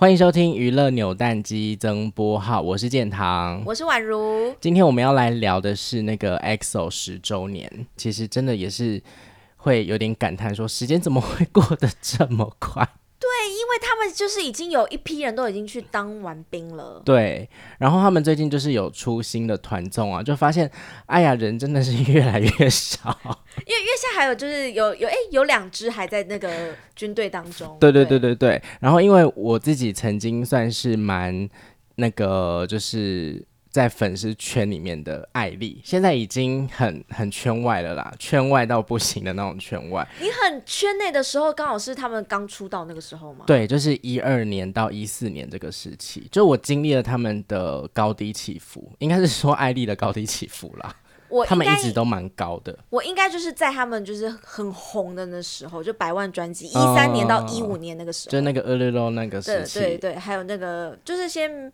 欢迎收听娱乐扭蛋机增播号，我是建堂。我是宛如，今天我们要来聊的是那个 EXO 十周年，其实真的也是会有点感叹，说时间怎么会过得这么快？ 因为他们就是已经有一批人都已经去当完兵了，对，然后他们最近就是有出新的团综啊，就发现，哎呀，人真的是越来越少。因为因为现在还有就是有有哎、有两支还在那个军队当中，对对对对对。然后因为我自己曾经算是蛮那个，就是在粉丝圈里面的艾丽，现在已经很很圈外了啦，圈外到不行的那种圈外。你很圈内的时候，刚好是他们刚出道那个时候嘛，对，就是一二年到一四年这个时期，就我经历了他们的高低起伏，应该是说艾丽的高低起伏啦。我他应们一该直都蛮高的，我应该就是在他们就是很红的那时候，就百万专辑一哦三年到一五年那个时候，就那个 early low 那个时对期。对对，还有那个就是先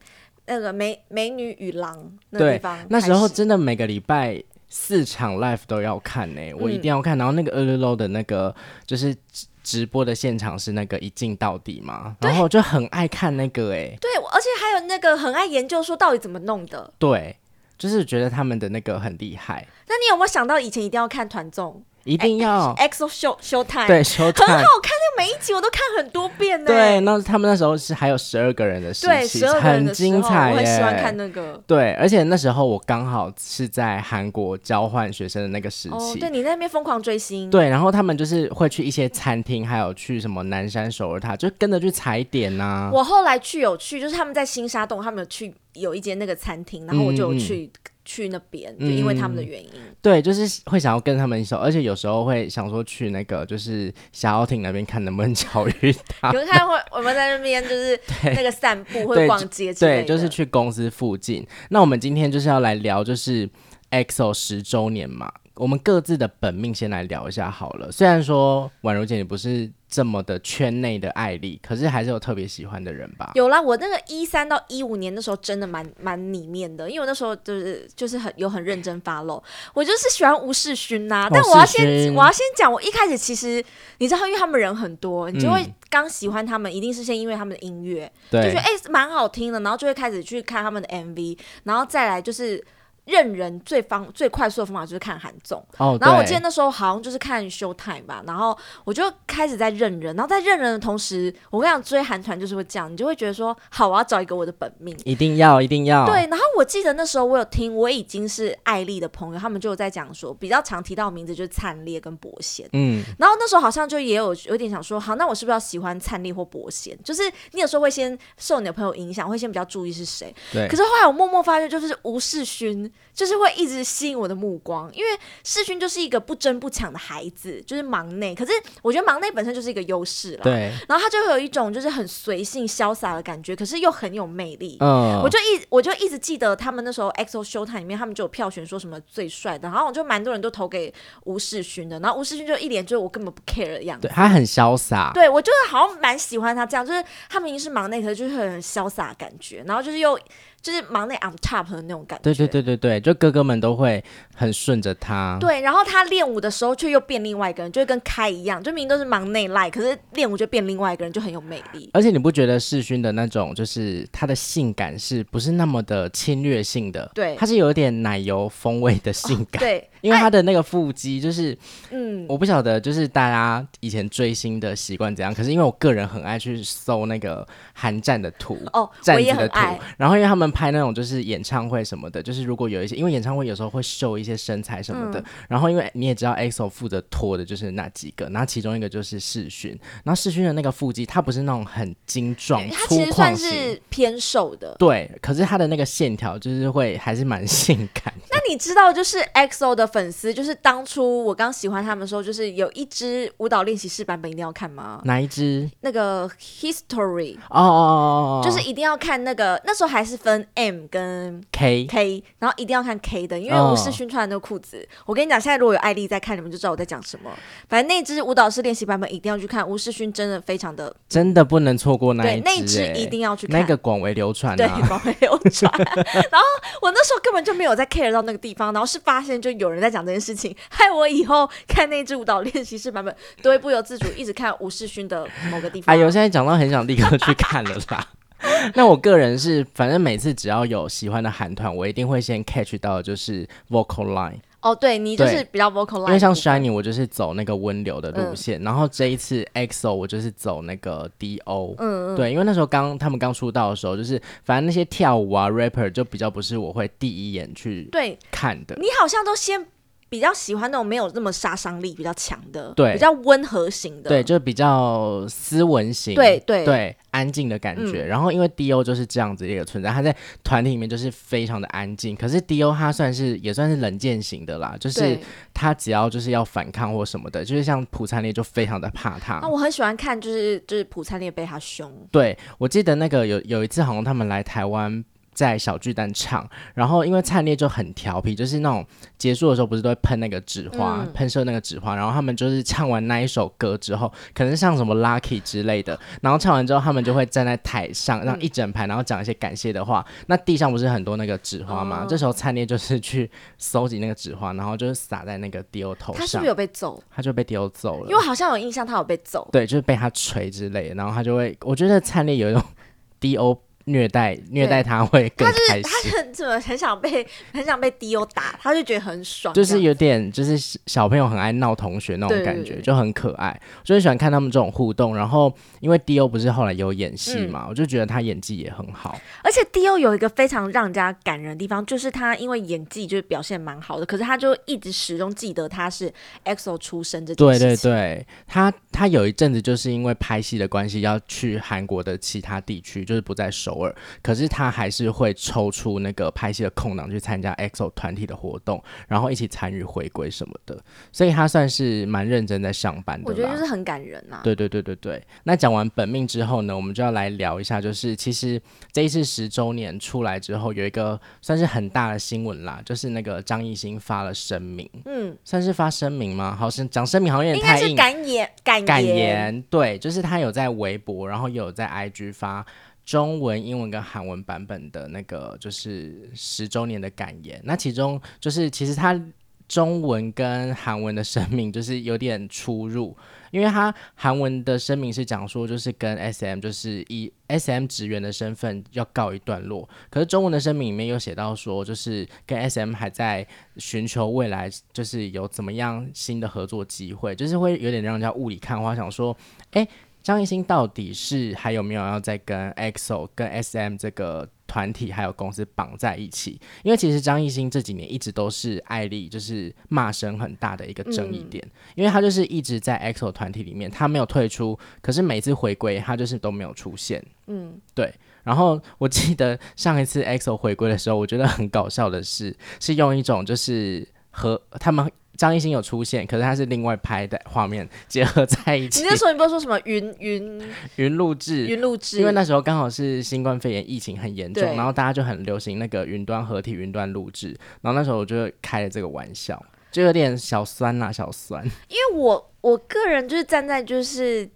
那个美美女与狼那个对地方，那时候真的每个礼拜四场 live 都要看呢、嗯我一定要看。然后那个 early low 的那个就是直直播的现场是那个一镜到底嘛，然后我就很爱看那个哎、对，我而且还有那个很爱研究说到底怎么弄的。对，就是觉得他们的那个很厉害，那你有没有想到以前一定要看团综？一定要。 EXO Show Showtime，哦对，收很 看。好看，那每一集我都看很多遍呢。对，那他们那时候是还有十二个人的时对，期，十二个人很的时候，精彩我耶。很喜欢看那个。对，而且那时候我刚好是在韩国交换学生的那个时期，哦，对你在那边疯狂追星，对，然后他们就是会去一些餐厅，还有去什么南山首尔塔，就跟着去踩点啊呐、我后来去有去，就是他们在新沙洞，他们有去有一间那个餐厅，然后我就有嗯去、去那边，就因为他们的原因。对，就是会想要跟他们一起走，而且有时候会想说去那个就是霞奥町那边看能不能巧遇他。有看会我们在那边就是那个散步或者 对逛街之对，类的，就是去公司附近。那我们今天就是要来聊，就是 EXO 十周年嘛，我们各自的本命先来聊一下好了。虽然说宛如姐你不是这么的圈内的爱丽，可是还是有特别喜欢的人吧？有啦，我那个一三到一五年那时候真的蛮蛮里面的，因为我那时候就是就是很有很认真发漏，我就是喜欢吴世勋呐、哦但我要世勋先我要先讲，我一开始其实你知道，因为他们人很多，你就会刚喜欢他们，一定是先因为他们的音乐，就觉嗯对得，哎蛮、好听的，然后就会开始去看他们的 MV，然后再来就是认人最方最快速的方法就是看韩综。哦，然后我对记得那时候好像就是看 Showtime 吧，然后我就开始在认人，然后在认人的同时，我跟你讲追韩团就是会这样，你就会觉得说，好，我要找一个我的本命。一定要，一定要，对，然后我记得那时候我有听，我已经是艾丽的朋友，他们就有在讲说，比较常提到的名字就是灿烈跟伯贤。嗯，然后那时候好像就也有有点想说，好，那我是不是要喜欢灿烈或伯贤？就是你有时候会先受你的朋友影响，会先比较注意是谁。对可。是后来我默默发现，就是吴世勋，就是会一直吸引我的目光，因为世勋就是一个不争不抢的孩子，就是忙内。可是我觉得忙内本身就是一个优势啦，对，然后他就会有一种就是很随性潇洒的感觉，可是又很有魅力。嗯，我就一我就一直记得他们那时候 EXO Showtime 里面，他们就有票选说什么最帅的，然后就蛮多人都投给吴世勋的，然后吴世勋就一脸就是我根本不 care 的样子对。他很潇洒，对我就是好像蛮喜欢他这样，就是他明明是忙内，可是就是很潇洒的感觉，然后就是又就是忙内 on top 的那种感觉。对对对对对，就哥哥们都会很顺着他，对然后他练舞的时候却又变另外一个人，就会跟开一样，就明明都是忙内 like，可是练舞就变另外一个人，就很有魅力。而且你不觉得世勋的那种就是他的性感是不是那么的侵略性的？对哦他是有一点奶油风味的性感。对，哎因为他的那个腹肌，就是 嗯，我不晓得，就是大家以前追星的习惯怎样。可是因为我个人很爱去搜那个韩战的图，哦，我站也子的很图爱。，然后因为他们拍那种就是演唱会什么的，就是如果有一些，因为演唱会有时候会秀一些身材什么的，嗯然后因为你也知道 EXO 负责拖的就是那几个，然后其中一个就是世勋，然后世勋的那个腹肌，他不是那种很精壮他粗其实犷算型。是偏瘦的。对，可是他的那个线条就是会还是蛮性感的，那你知道，就是 EXO 的粉丝，就是当初我刚喜欢他们的时候，就是有一支舞蹈练习室版本一定要看吗？哪一支？那个 History，哦哦哦哦哦，就是一定要看那个，那时候还是分 M 跟 K， K，然后一定要看 K 的，因为哦吴世勋穿的那个裤子，我跟你讲，现在如果有艾丽在看，你们就知道我在讲什么。反正那支舞蹈室练习版本一定要去看，吴世勋真的非常的真的不能错过那对，一那一支、支欸，一定要去看。那个广为流传对，啊， 广为流传。然后我那时候根本就没有在 care 到那个地方，然后是发现就有人在讲这件事情，害我以后看那支舞蹈练习室版本都会不由自主一直看吴世勋的某个地方。哎呦，现在讲到很想立刻去看了啦。 那我个人是，反正每次只要有喜欢的韩团，我一定会先 catch 到的就是 vocal line，哦，对你就是对嗯比较 vocal line，因为像的部分 Shiny 我就是走那个温流的路线，然后这一次 EXO 我就是走那个 DO，嗯嗯，对，因为那时候刚他们刚出道的时候，就是反正那些跳舞啊 rapper 就比较不是我会第一眼去对看的，你好像都先比较喜欢那种没有那么杀伤力比较强的，对比较温和型的，对，就比较斯文型，对对嗯对，安静的感觉。然后因为 D.O 就是这样子的一个存在，他在团体里面就是非常的安静。可是 D.O 他算是也算是冷箭型的啦，就是对他只要就是要反抗或什么的，就是像朴灿烈就非常的怕他。啊，我很喜欢看，就是就是朴灿烈被他凶，对，我记得那个有有一次好像他们来台湾。在小巨蛋唱，然后因为灿烈就很调皮，就是那种结束的时候不是都会喷那个纸花，嗯喷射那个纸花，然后他们就是唱完那一首歌之后，可能像什么 Lucky 之类的，然后唱完之后他们就会站在台上，嗯让一整排，然后讲一些感谢的话。那地上不是很多那个纸花吗？哦这时候灿烈就是去搜集那个纸花，然后就是撒在那个丢头他是上，呃不是有被揍？他就被丢走了因为。我好像有印象他有被揍， 对，就是被他捶之类的，然后他就会，我觉得灿烈有一种 D O 虐待虐待他会更开他心，很怎么很想被很想被 D.O 打，他就觉得很爽，就是有点就是小朋友很爱闹同学那种对感对觉，对就很可爱。我就很喜欢看他们这种互动，然后因为 D O 不是后来有演嗯戏嘛，我就觉得他演技也很好。而且 D.O 有一个非常让人家感人的地方，就是他因为演技就是表现蛮好的，可是他就一直始终记得他是 EXO 出身这件对事情。对对，他他有一阵子就是因为拍戏的关系要去韩国的其他地区，就是不在首尔，可是他还是会抽出那个拍戏的空档去参加 EXO 团体的活动，然后一起参与回归什么的，所以他算是蛮认真在上班的我觉得啦。就是很感人啊呐、对对对对对，那讲完本命之后呢，我们就要来聊一下，就是其实这一次十周年出来之后，有一个算是很大的新闻啦，就是那个张艺兴发了声明，嗯，算是发声明吗？好像讲声明好像有应点该太是硬，感言感感言，言，对，就是他有在微博，然后也有在 IG 发中文、英文跟韩文版本的那个就是十周年的感言。那其中就是其实他中文跟韩文的声明就是有点出入，因为他韩文的声明是讲说就是跟 SM 就是以 SM 职员的身份要告一段落，可是中文的声明里面有写到说就是跟 SM 还在寻求未来就是有怎么样新的合作机会，就是会有点让人家雾里看花，想说，哎，张艺兴到底是还有没有要再跟 EXO、跟 SM 这个团体还有公司绑在一起？因为其实张艺兴这几年一直都是艾丽就是骂声很大的一个争议嗯点，因为他就是一直在 EXO 团体里面，他没有退出，可是每次回归他就是都没有出现。嗯，对。然后我记得上一次 EXO 回归的时候，我觉得很搞笑的是，是用一种就是和他们张艺兴有出现，可是他是另外拍的画面结合在一你起那时候你不是说什么云云云录制。云录制？呃因为那时候刚好是新冠肺炎疫情很严重，对然后大家就很流行那个云端合体、云端录制，然后那时候我就开了这个玩笑，就有点小酸啦、小酸。因为我我个人就是站在就是。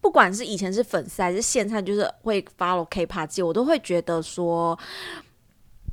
不管是以前是粉丝还是现在，就是会 follow K-pop 界，我都会觉得说，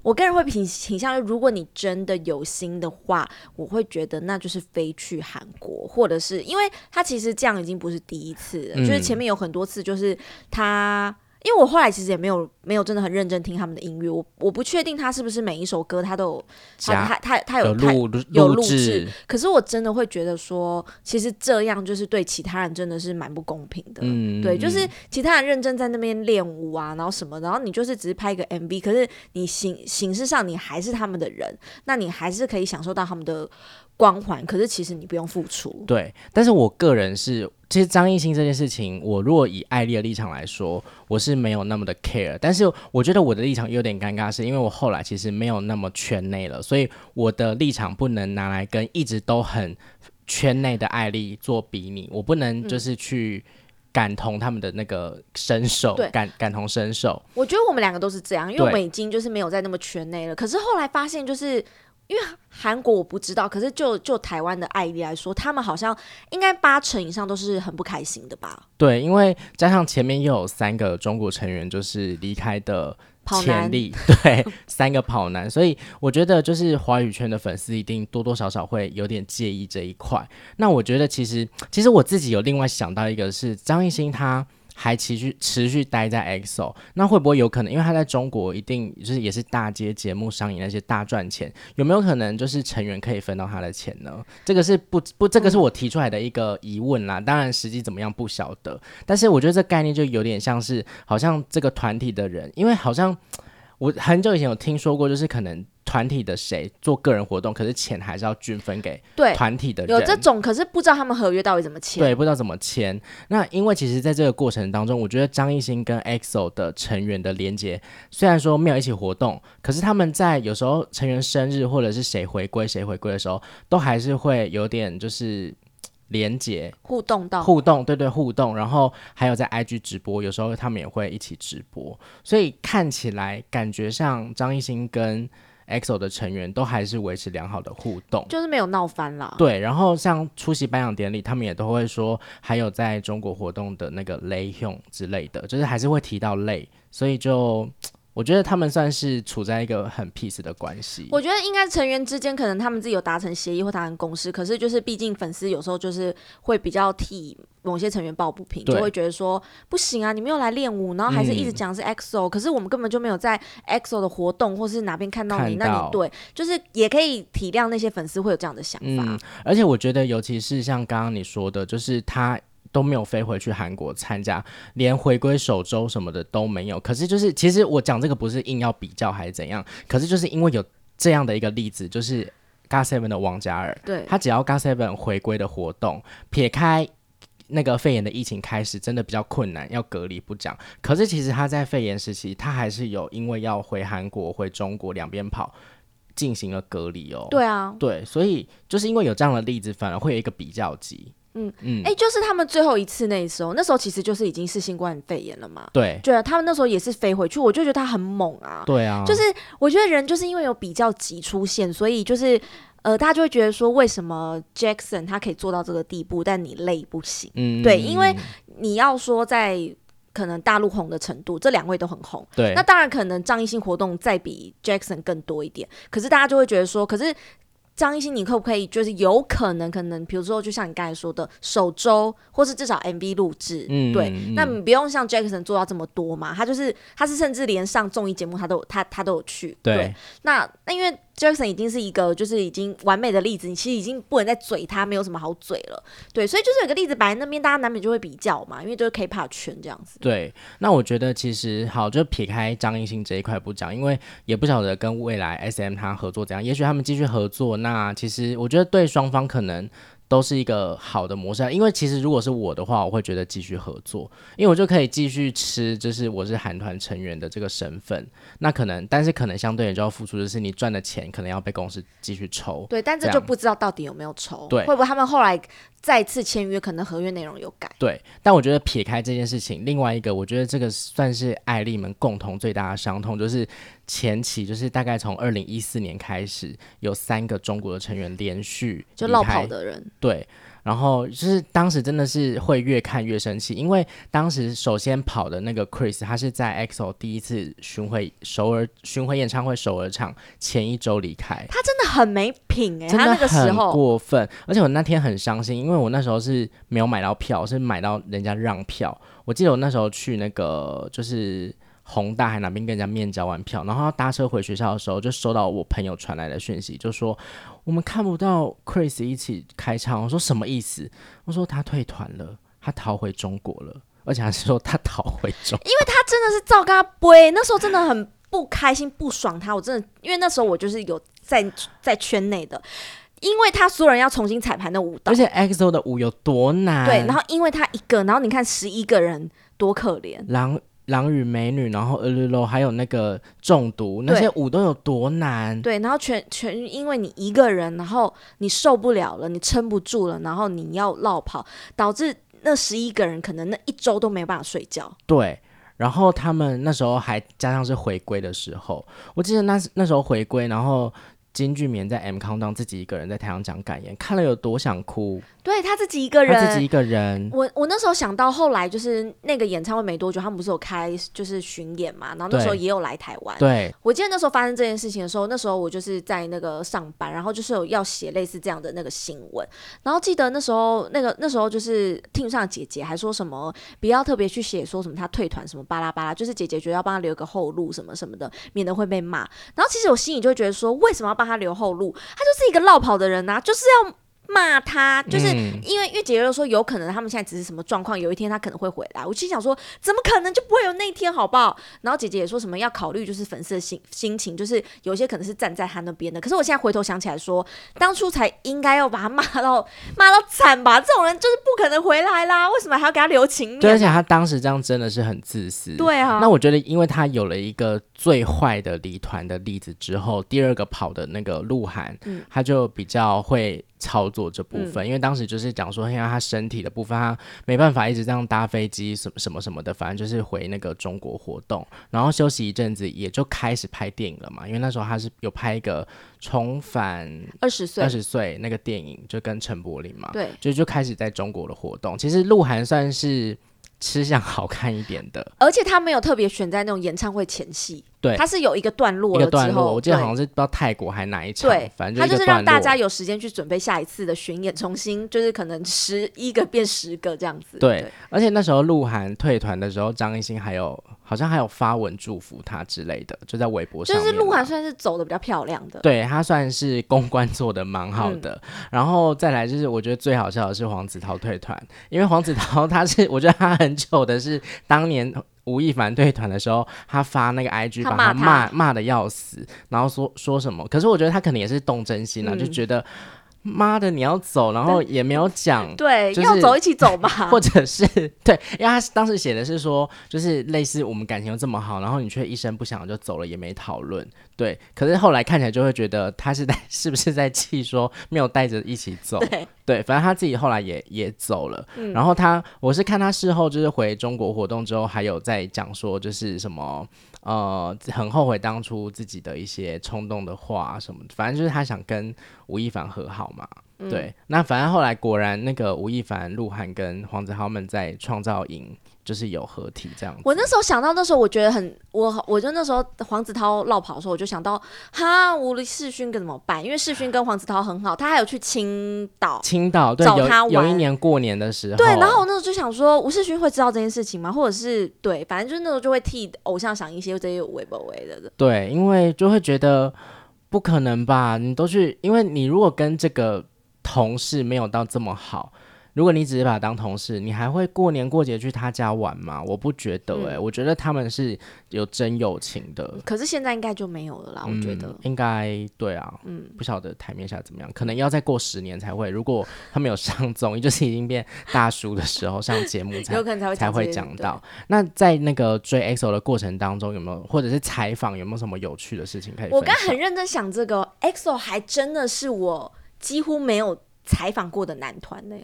我个人会倾倾向于，如果你真的有心的话，我会觉得那就是飞去韩国，或者是因为他其实这样已经不是第一次了，嗯就是前面有很多次，就是他。因为我后来其实也没有没有真的很认真听他们的音乐，我我不确定他是不是每一首歌他都有他加他他他有他录有录录制，可是我真的会觉得说，其实这样就是对其他人真的是蛮不公平的。嗯，对，就是其他人认真在那边练舞啊，然后什么，然后你就是只是拍一个 MV，可是你形形式上你还是他们的人，那你还是可以享受到他们的光环，可是其实你不用付出。对，但是我个人是，其实张艺兴这件事情，我如果以艾丽的立场来说，我是没有那么的 care。但是我觉得我的立场有点尴尬，是因为我后来其实没有那么圈内了，所以我的立场不能拿来跟一直都很圈内的艾丽做比拟，我不能就是去。感同他们的那个身受对，感感同身受，我觉得我们两个都是这样，因为对我们已经就是没有在那么圈内了。可是后来发现，就是因为韩国我不知道，可是就就台湾的艾丽来说，他们好像应该八成以上都是很不开心的吧？对，因为加上前面又有三个中国成员就是离开的跑男潜力，对， 三个跑男，所以我觉得就是华语圈的粉丝一定多多少少会有点介意这一块。那我觉得其实，其实我自己有另外想到一个是张艺兴他。还持续持续待在 EXO，那会不会有可能？因为他在中国一定就是也是大街节目上演那些大赚钱，有没有可能就是成员可以分到他的钱呢？这个是不不，这个嗯是我提出来的一个疑问啦。当然实际怎么样不晓得，但是我觉得这概念就有点像是好像这个团体的人，因为好像我很久以前有听说过，就是可能团体的谁做个人活动，可是钱还是要均分给对，团体的人。哎有这种，可是不知道他们合约到底怎么签。对，不知道怎么签。那因为其实，在这个过程当中，我觉得张艺兴跟 EXO 的成员的连接，虽然说没有一起活动，可是他们在有时候成员生日或者是谁回归谁回归的时候，都还是会有点就是连接互动到互动，对对互动。然后还有在 IG 直播，有时候他们也会一起直播，所以看起来感觉上张艺兴跟 EXO 的成员都还是维持良好的互动。就是没有闹翻啦。对，然后像出席颁奖典礼，他们也都会说，还有在中国活动的那个 lay h o n 之类的，就是还是会提到 lay，所以就我觉得他们算是处在一个很 peace 的关系。我觉得应该成员之间可能他们自己有达成协议或达成共识，可是就是毕竟粉丝有时候就是会比较替某些成员抱不平，就对会觉得说不行啊，你没有来练舞，然后还是一直嗯讲是 EXO，、可是我们根本就没有在 EXO 的活动或是哪边看到你，看那到你对，就是也可以体谅那些粉丝会有这样的想法。嗯，而且我觉得，尤其是像刚刚你说的，就是他都没有飞回去韩国参加，连回归首周什么的都没有。可是就是，其实我讲这个不是硬要比较还是怎样，可是就是因为有这样的一个例子，就是 GOT7 的王嘉尔，对他只要 GOT7 回归的活动，撇开。那个肺炎的疫情开始真的比较困难，要隔离不讲。可是其实他在肺炎时期，他还是有因为要回韩国、回中国两边跑，进行了隔离哦。对啊，对，所以就是因为有这样的例子，反而会有一个比较级。哎、就是他们最后一次那时候，那时候其实就是已经是新冠肺炎了嘛。对，对啊，他们那时候也是飞回去，我就觉得他很猛啊。对啊，就是我觉得人就是因为有比较级出现，所以就是呃，大家就会觉得说，为什么 Jackson 他可以做到这个地步，但你累不行？嗯对因为你要说在可能大陆红的程度，这两位都很红。对那当然，可能张艺兴活动再比 Jackson 更多一点，可是大家就会觉得说，可是张艺兴，你可不可以就是有可能可能，比如说就像你刚才说的首周，或是至少 MV 录制，嗯对，嗯那你不用像 Jackson 做到这么多嘛，他就是他是甚至连上综艺节目他都有他他都有去，对那那因为 Jackson 已经是一个就是已经完美的例子，你其实已经不能再嘴他，没有什么好嘴了，对，所以就是有个例子摆在那边，大家难免就会比较嘛，因为就是 K-pop 圈这样子，对，那我觉得其实好，就撇开张艺兴这一块不讲，因为也不晓得跟未来 S M 他合作怎样，也许他们继续合作，那其实我觉得对双方可能。都是一个好的模式啊，因为其实如果是我的话，我会觉得继续合作，因为我就可以继续吃，就是我是韩团成员的这个身份。那可能，但是可能相对你就要付出的是，你赚的钱可能要被公司继续抽。对，但这这就样不知道到底有没有抽，对会不会他们后来再次签约，可能合约内容有改。对，但我觉得撇开这件事情，另外一个我觉得这个算是艾丽们共同最大的伤痛，就是前期就是大概从二零一四年开始，有三个中国的成员连续就离落开跑的人，对，然后就是当时真的是会越看越生气，因为当时首先跑的那个 Chris，他是在 EXO 第一次巡回首尔巡回演唱会首尔场前一周离开。他真的很没品哎、真他的那个时很候，过分，而且我那天很伤心，因为我那时候是没有买到票，是买到人家让票。我记得我那时候去那个就是宏大还哪边跟人家面交完票，然后要搭车回学校的时候，就收到我朋友传来的讯息，就说我们看不到 Chris 一起开唱。我说什么意思？我说他退团了，他逃回中国了，而且还是说他逃回中国。他真的是照跟他背，那时候真的很不开心、不爽他。我真的，因为那时候我就是有在在圈内的，因为他所有人要重新彩排那舞蹈而，且 EXO 的舞有多难？对，然后因为他一个，然后你看十一个人多可怜，狼狼与美女，然后呃噜噜，还有那个中毒，对那些舞都有多难？对，然后全全因为你一个人，然后你受不了了，你撑不住了，然后你要落跑，导致那十一个人可能那一周都没办法睡觉。对。然后他们那时候还加上是回归的时候，我记得那那时候回归，然后金俊棉在 M Countdown 自己一个人在台上讲感言，看了有多想哭，对他自己一个他自己人。一个人，我我那时候想到，后来就是那个演唱会没多久，他们不是有开就是巡演嘛，然后那时候对也有来台湾。对我记得那时候发生这件事情的时候，那时候我就是在那个上班，然后就是有要写类似这样的那个新闻，然后记得那时候那个那时候就是听上姐姐还说什么不要特别去写说什么她退团什么巴拉巴拉，就是姐姐觉得要帮她留个后路什么什么的，免得会被骂。然后其实我心里就会觉得说，为什么要帮她留后路？她就是一个落跑的人呐、就是要骂她，就是嗯因为因为姐姐又说有可能他们现在只是什么状况，有一天他可能会回来。我心想说，怎么可能就不会有那一天，好不好？然后姐姐也说什么要考虑就是粉丝的心心情，就是有些可能是站在他那边的。可是我现在回头想起来说，当初才应该要把他骂到 骂到惨吧，这种人就是不可能回来啦，为什么还要给他留情对，而面？且他当时这样真的是很自私。对啊，那我觉得，因为他有了一个最坏的离团的例子之后，第二个跑的那个鹿晗，嗯他就比较会操作这部分，因为当时就是讲说，因为他身体的部分，他没办法一直这样搭飞机，什么什么什么的，反正就是回那个中国活动，然后休息一阵子，也就开始拍电影了嘛。因为那时候他是有拍一个《重返二十岁二，十岁》那个电影，就跟陈柏霖嘛，对，就就开始在中国的活动。其实鹿晗算是吃相好看一点的。而且他没有特别选在那种演唱会前戏，对他是有一个段落一了个之后，段落，我记得对好像是不知道泰国还哪一场，对，反他正就一是个让段落。大家有时间去准备下一次的巡演，重新就是可能十一个变十个这样子。对，而且那时候鹿晗退团的时候，张艺兴还有好像还有发文祝福他之类的，就在微博上就面是鹿晗嘛。算是走的比较漂亮的。嗯对他算是公关做的蛮好的，然后再来就是我觉得最好笑的是黄子韬退团，因为黄子韬他是我觉得他很糗的是当年吴亦凡退团的时候，他发那个 IG 他把他骂他骂骂的要死，然后说说什么，可是我觉得他可能也是动真心啊了、就嗯觉得妈的你要走，然后也没有讲，对，嗯就是要走一起走嘛。 或者是对，因为他当时写的是说，就是类似我们感情又这么好，然后你却一声不响就走了，也没讨论。对，可是后来看起来就会觉得他是在 是不是在气说没有带着一起走？对，对，反正他自己后来也也走了。嗯然后他，我是看他事后就是回中国活动之后，还有在讲说就是什么呃，很后悔当初自己的一些冲动的话什么的，反正就是他想跟吴亦凡和好嘛。嗯对，那反正后来果然那个吴亦凡、鹿晗跟黄子韬们在创造营就是有合体这样子。我那时候想到，那时候我觉得很，我我就那时候黄子韬落跑的时候，我就想到，哈，吴世勋跟怎么办？因为世勋跟黄子韬很好，他还有去青岛。青岛对找有他有一玩年过年的时候，对，然后我那时候就想说，吴世勋会知道这件事情吗？或者是对，反正就是那时候就会替偶像想一些这些有为不为的。对，因为就会觉得不可能吧？你都去，因为你如果跟这个同事没有到这么好，如果你只是把他当同事，你还会过年过节去他家玩吗？我不觉嗯得、欸，哎、我觉得他们是有真友情的。可是现在应该就没有了啦，我觉得嗯。应该对啊，嗯，不晓得台面下怎么样，可能要再过十年才会。如果他们有上 综艺，就是已经变大叔的时候上节目才有可能才会才会这些讲对到。那在那个追 EXO 的过程当中，有没有或者是采访有没有什么有趣的事情可以分享？我刚很认真想这个，EXO 还真的是我几乎没有采访过的男团呢、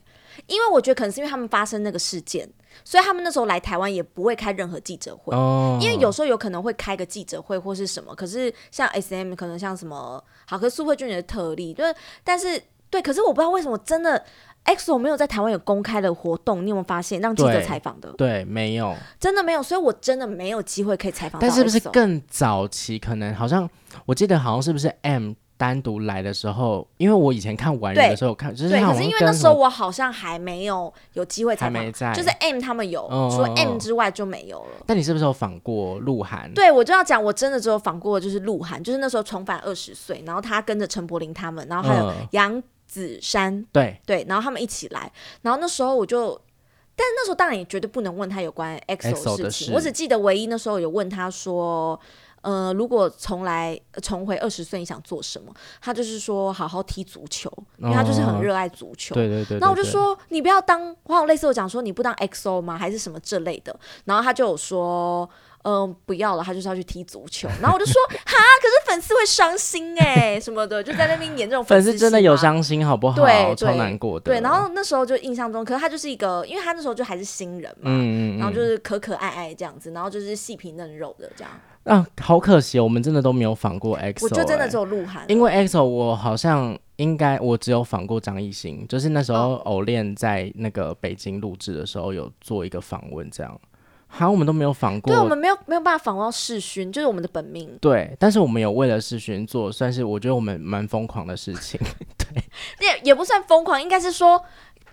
因为我觉得可能是因为他们发生那个事件，所以他们那时候来台湾也不会开任何记者会。哦，因为有时候有可能会开个记者会或是什么，可是像 S M 可能像什么，好，可是苏慧君也是特例，就是但是对，可是我不知道为什么真的 EXO 没有在台湾有公开的活动，你有没有发现让记者对采访的对没有，真的没有，所以我真的没有机会可以采访到 EXO。但是不是更早期？可能好像我记得好像是不是 M 单独来的时候，因为我以前看完人的时候看，就是对，好可像是因为跟那什时候么我好像还没有有机会采还没访，在就是 M 他们有，哦除了哦哦嗯 M 之外就没有了。但你是不是有访过鹿晗？对，我就要讲，我真的只有访过就是鹿晗，就是那时候重返二十岁，然后他跟着陈柏霖他们，然后还有嗯杨子姗，对对，然后他们一起来，然后那时候我就。但那时候当然也绝对不能问他有关 EXO EXO 的的事事情，我只记得唯一那时候有问他说，呃，如果重来呃重回二十岁，你想做什么？他就是说好好踢足球，因为他就是很热爱足球。哦对对对，然后我就对，说你不要当，我好像类似我讲说你不当 XO 吗？还是什么这类的。然后他就有说，嗯，不要了，他就是要去踢足球。然后我就说， 哈，可是粉丝会伤心哎、什么的，就在那边演这种粉丝丝真的戏有嘛伤心，好不好？对超对难过的。对，然后那时候就印象中，可是他就是一个，因为他那时候就还是新人嘛，嗯嗯嗯，然后就是可可爱爱这样子，然后就是细皮嫩肉的这样，啊，好可惜，我们真的都没有访过 EXO，我就真的欸只有鹿晗，因为 EXO 我好像应该我只有访过张艺兴，就是那时候哦偶练在那个北京录制的时候有做一个访问，这样，好，我们都没有访过对我们没有没有办法访问到世勋，就是我们的本命，对，但是我们有为了世勋做，算是我觉得我们蛮疯狂的事情。也也不算疯狂，应该是说。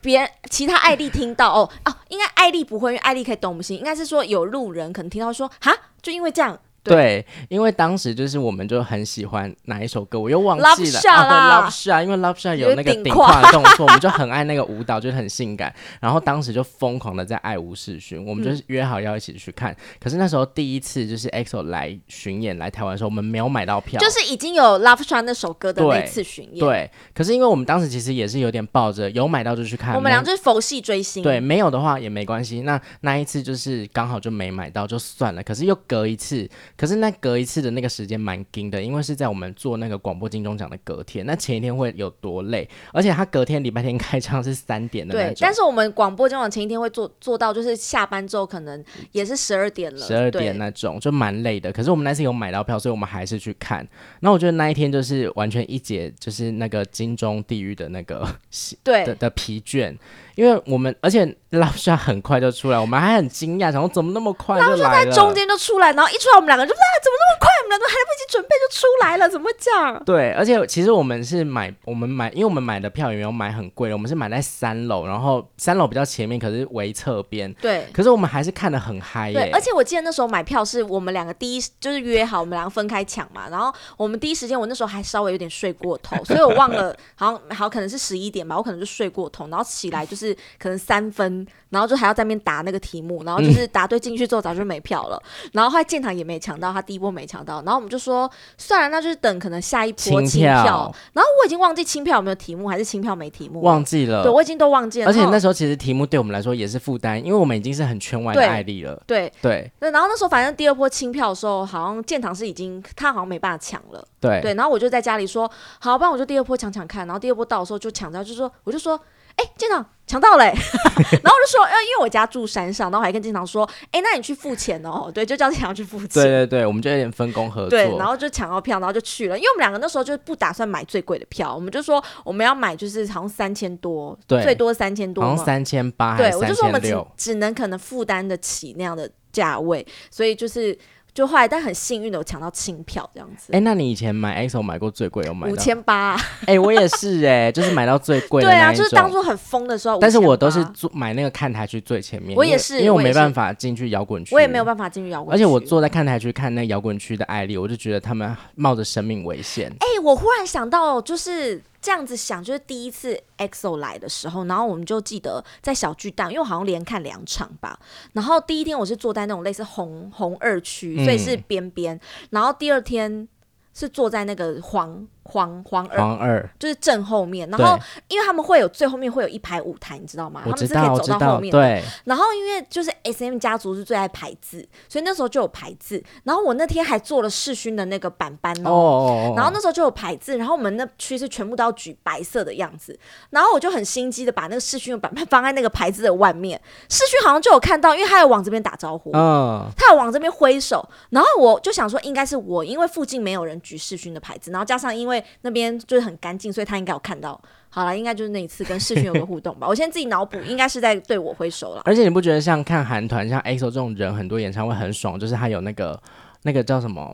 别人其他艾丽听到哦哦，应该艾丽不会，因为艾丽可以懂我们心。应该是说有路人可能听到说哈，就因为这样对，因为当时就是我们就很喜欢哪一首歌，我又忘 Love 记了。 Shot 啦啊、对，Love Shot，因为 Love Shot 有有那个顶顶胯胯的动作，我们就很爱那个舞蹈，就是很性感。然后当时就疯狂的在爱无视巡，我们就是约好要一起去看。可是那时候第一次就是 EXO 来巡演来台湾的时候，我们没有买到票，就是已经有 Love Shot 那首歌的那对次巡演，对。可是因为我们当时其实也是有点抱着有买到就去看，我们没俩就是佛系追星，对，，没有的话也没关系。那那一次就是刚好就没买到，就算了。可是又隔一次，可是那隔一次的那个时间蛮紧的，因为是在我们做那个广播金钟奖的隔天。那前一天会有多累？而且他隔天礼拜天 开唱是三点的那对种，，但是我们广播今晚前一天会做做到，就是下班之后可能也是十二点了，嗯十二对点那种就蛮累的。可是我们那次有买到票，所以我们还是去看。那我觉得那一天就是完全一解，就是那个金钟地狱的那个的 对。的疲倦，因为我们而且 Love Shot 很快就出来，我们还很惊讶，想说怎么那么快就来在了。中间就出来，然后一出来我们两个就啊，怎么那么快？我们两个还来不及准备就出来了，怎么会 这样？对，而且其实我们是买，我们买，因为我们买的票也没有买很贵，我们是买在三楼，然后三楼比较前面，可是围侧边，对可是我们还是看得很嗨耶、对，而且我记得那时候买票是我们两个第一就是约好，我们两个分开抢嘛。然后我们第一时间，我那时候还稍微有点睡过头， 所以我忘了，好像好可能是十一点吧，我可能就睡过头，然后起来就是可能三分，然后就还要在那边答那个题目，然后就是答对进去之后早就没票了。然后后来建堂也没抢到，他第一波没抢到，然后我们就说算了，那就是等可能下一波清清票然后我已经忘记清票有没有题目，还是清票没题目了，忘记对了。我已经都忘记了。而且然后那时候其实题目对我们来说也是负担，因为我们已经是很圈外的对爱丽了。对对对，然后那时候反正第二波清票的时候，好像建堂是已经他好像没办法抢了，对对。然后我就在家里说，好，不然我就第二波抢抢看。然后第二波到的时候就抢到，就说我就说，哎、建堂抢到嘞、 然后我就说，呃，因为我家住山上，然后我还跟建堂说，哎、那你去付钱哦，对，就叫建堂去付对钱。对对，我们就有点分工合作。对，然后就抢到票，然后就去了。因为我们两个那时候就不打算买最贵的票，我们就说我们要买就是好像三千多，对最多三千多嘛，好像三千八还对，是我就三说千我们只六，只能可能负担得起那样的价位，所以就是就后来，但很幸运的我抢到清票这样子哎，，那你以前买 EXO 买过最贵有买五到？千八，哎，我也是哎，就是买到最贵的对啊，那一就种。是当初很疯的时候，但是我5800都是坐买那个看台区最前面，我因也为是因为我我也没是办法进去摇滚区，我也没有办法进去摇滚区，而且我坐在看台区看那摇滚区的艾丽，我就觉得他们冒着生命危险。哎、我忽然想到，就是这样子想，就是第一次 EXO 来的时候，然后我们就记得在小巨蛋，因为我好像连看两场吧。然后第一天我是坐在那种类似红红二区，嗯所以是边边，然后第二天是坐在那个黄黄黄二黄二，就是正后面，然对后因为他们会有最后面会有一排舞台，你知道吗？我他知们是可道，以我走知到后道，面。对，然后因为就是 S M 家族是最爱排字，所以那时候就有排字。然后我那天还做了世勋的那个板板哦哦。哦，哦然后那时候就有排字，然后我们那区是全部都要举白色的样子，然后我就很心机的把那个世勋的板板放在那个牌子的外面，世勋好像就有看到，因为他有往这边打招呼，嗯，他有往这边挥手，然后我就想说应该是我，因为附近没有人举世勋的牌子，然后加上因为那边就是很干净，所以他应该有看到。好了，应该就是那一次跟世勋有个 互动吧。我现在自己脑补，应该是在对我挥手了。而且你不觉得像看韩团、像 EXO 这种人很多演唱会很爽，就是他有那个那个叫什么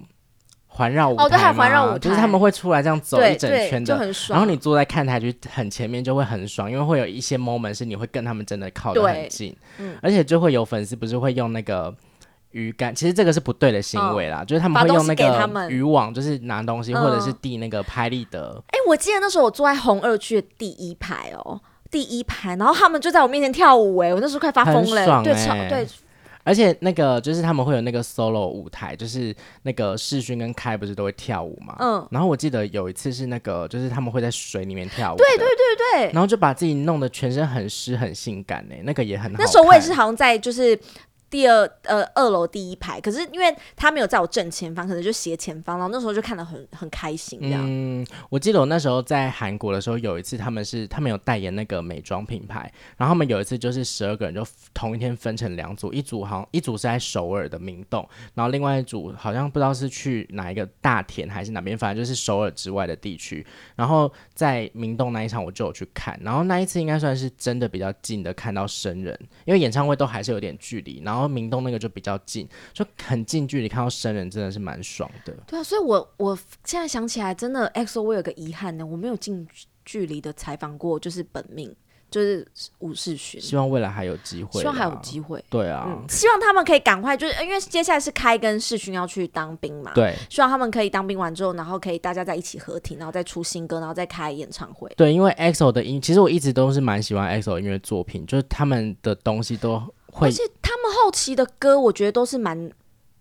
环绕舞台哦对还有环绕吗舞就是台他们会出来这样走对一整对，圈就的。很爽。然后你坐在看台区很前面就会很爽，因为会有一些 moment 是你会跟他们真的靠得对很近，嗯而且就会有粉丝不是会用那个鱼竿，其实这个是不对的行为啦，就是他们嗯把会东用西那给他们个渔网，就是拿东西、嗯或者是递那个拍立得，哎、我记得那时候我坐在红二区的第一排哦，第一排，然后他们就在我面前跳舞、哎，我那时候快发疯了、很爽对，哎超对，而且那个就是他们会有那个 solo 舞台，就是那个世勋跟开不是都会跳舞嘛，嗯，然后我记得有一次是那个就是他们会在水里面跳舞，对对。对对。欸然后就把自己弄得全身很湿很性感呢、那个也很好看。那时候我也是好像在就是第二呃二楼第一排，可是因为他没有在我正前方，可能就斜前方，然后那时候就看得很很开心这样。嗯，我记得我那时候在韩国的时候，有一次他们是他们有代言那个美妆品牌，然后他们有一次就是十二个人就同一天分成两组，一组好像一组是在首尔的明洞，然后另外一组好像不知道是去哪一个大田还是哪边，反正就是首尔之外的地区。然后在明洞那一场我就有去看，然后那一次应该算是真的比较近的看到生人，因为演唱会都还是有点距离，然后明洞那个就比较近，就很近距离看到生人真的是蛮爽的。对啊，所以我我现在想起来，真的 EXO 我有个遗憾呢，我没有近距离的采访过，就是本命，就是武世勋，希望未来还有机会啦，希望还有机会。对啊，嗯，希望他们可以赶快，就是因为接下来是开跟世勋要去当兵嘛，对希望他们可以当兵完之后，然后可以大家在一起合体，然后再出新歌，然后再开演唱会。对，因为 EXO 的音，其实我一直都是蛮喜欢 EXO 音乐作品，就是他们的东西都会而。且他们后期的歌，我觉得都是蛮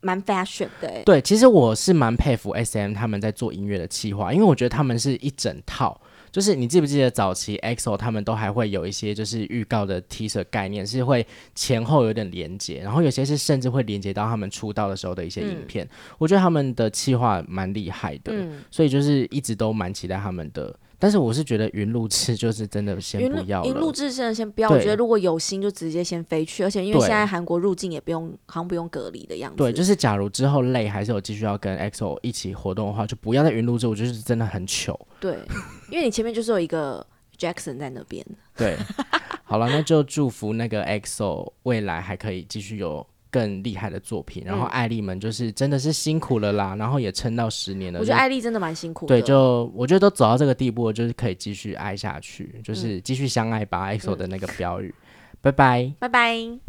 蛮 fashion 的、欸，对，其实我是蛮佩服 SM 他们在做音乐的企划，因为我觉得他们是一整套。就是你记不记得早期 EXO 他们都还会有一些就是预告的 teaser 概念，是会前后有点连接，然后有些是甚至会连接到他们出道的时候的一些影片。我觉得他们的企划蛮厉害的，嗯，所以就是一直都蛮期待他们的。但是我是觉得云录制就是真的先云不录要云录了，制真的先不要，对我觉得如果有心就直接先飞去，而且因为对现在韩国入境也不用，好像不用隔离的样子。对，就是假如之后累还是有继续要跟 EXO 一起活动的话，就不要在云录制，我就是真的很糗。对，因为你前面就是有一个 Jackson 在那边，对，好了，那就祝福那个 EXO 未来还可以继续有更厉害的作品，嗯然后艾丽们就是真的是辛苦了啦，然后也撑到十年了，我觉得艾丽真的蛮辛苦就的。对，就我觉得都走到这个地步了，就是可以继续爱下去，就是继续相爱吧、EXO 的那个标语，拜拜。拜拜。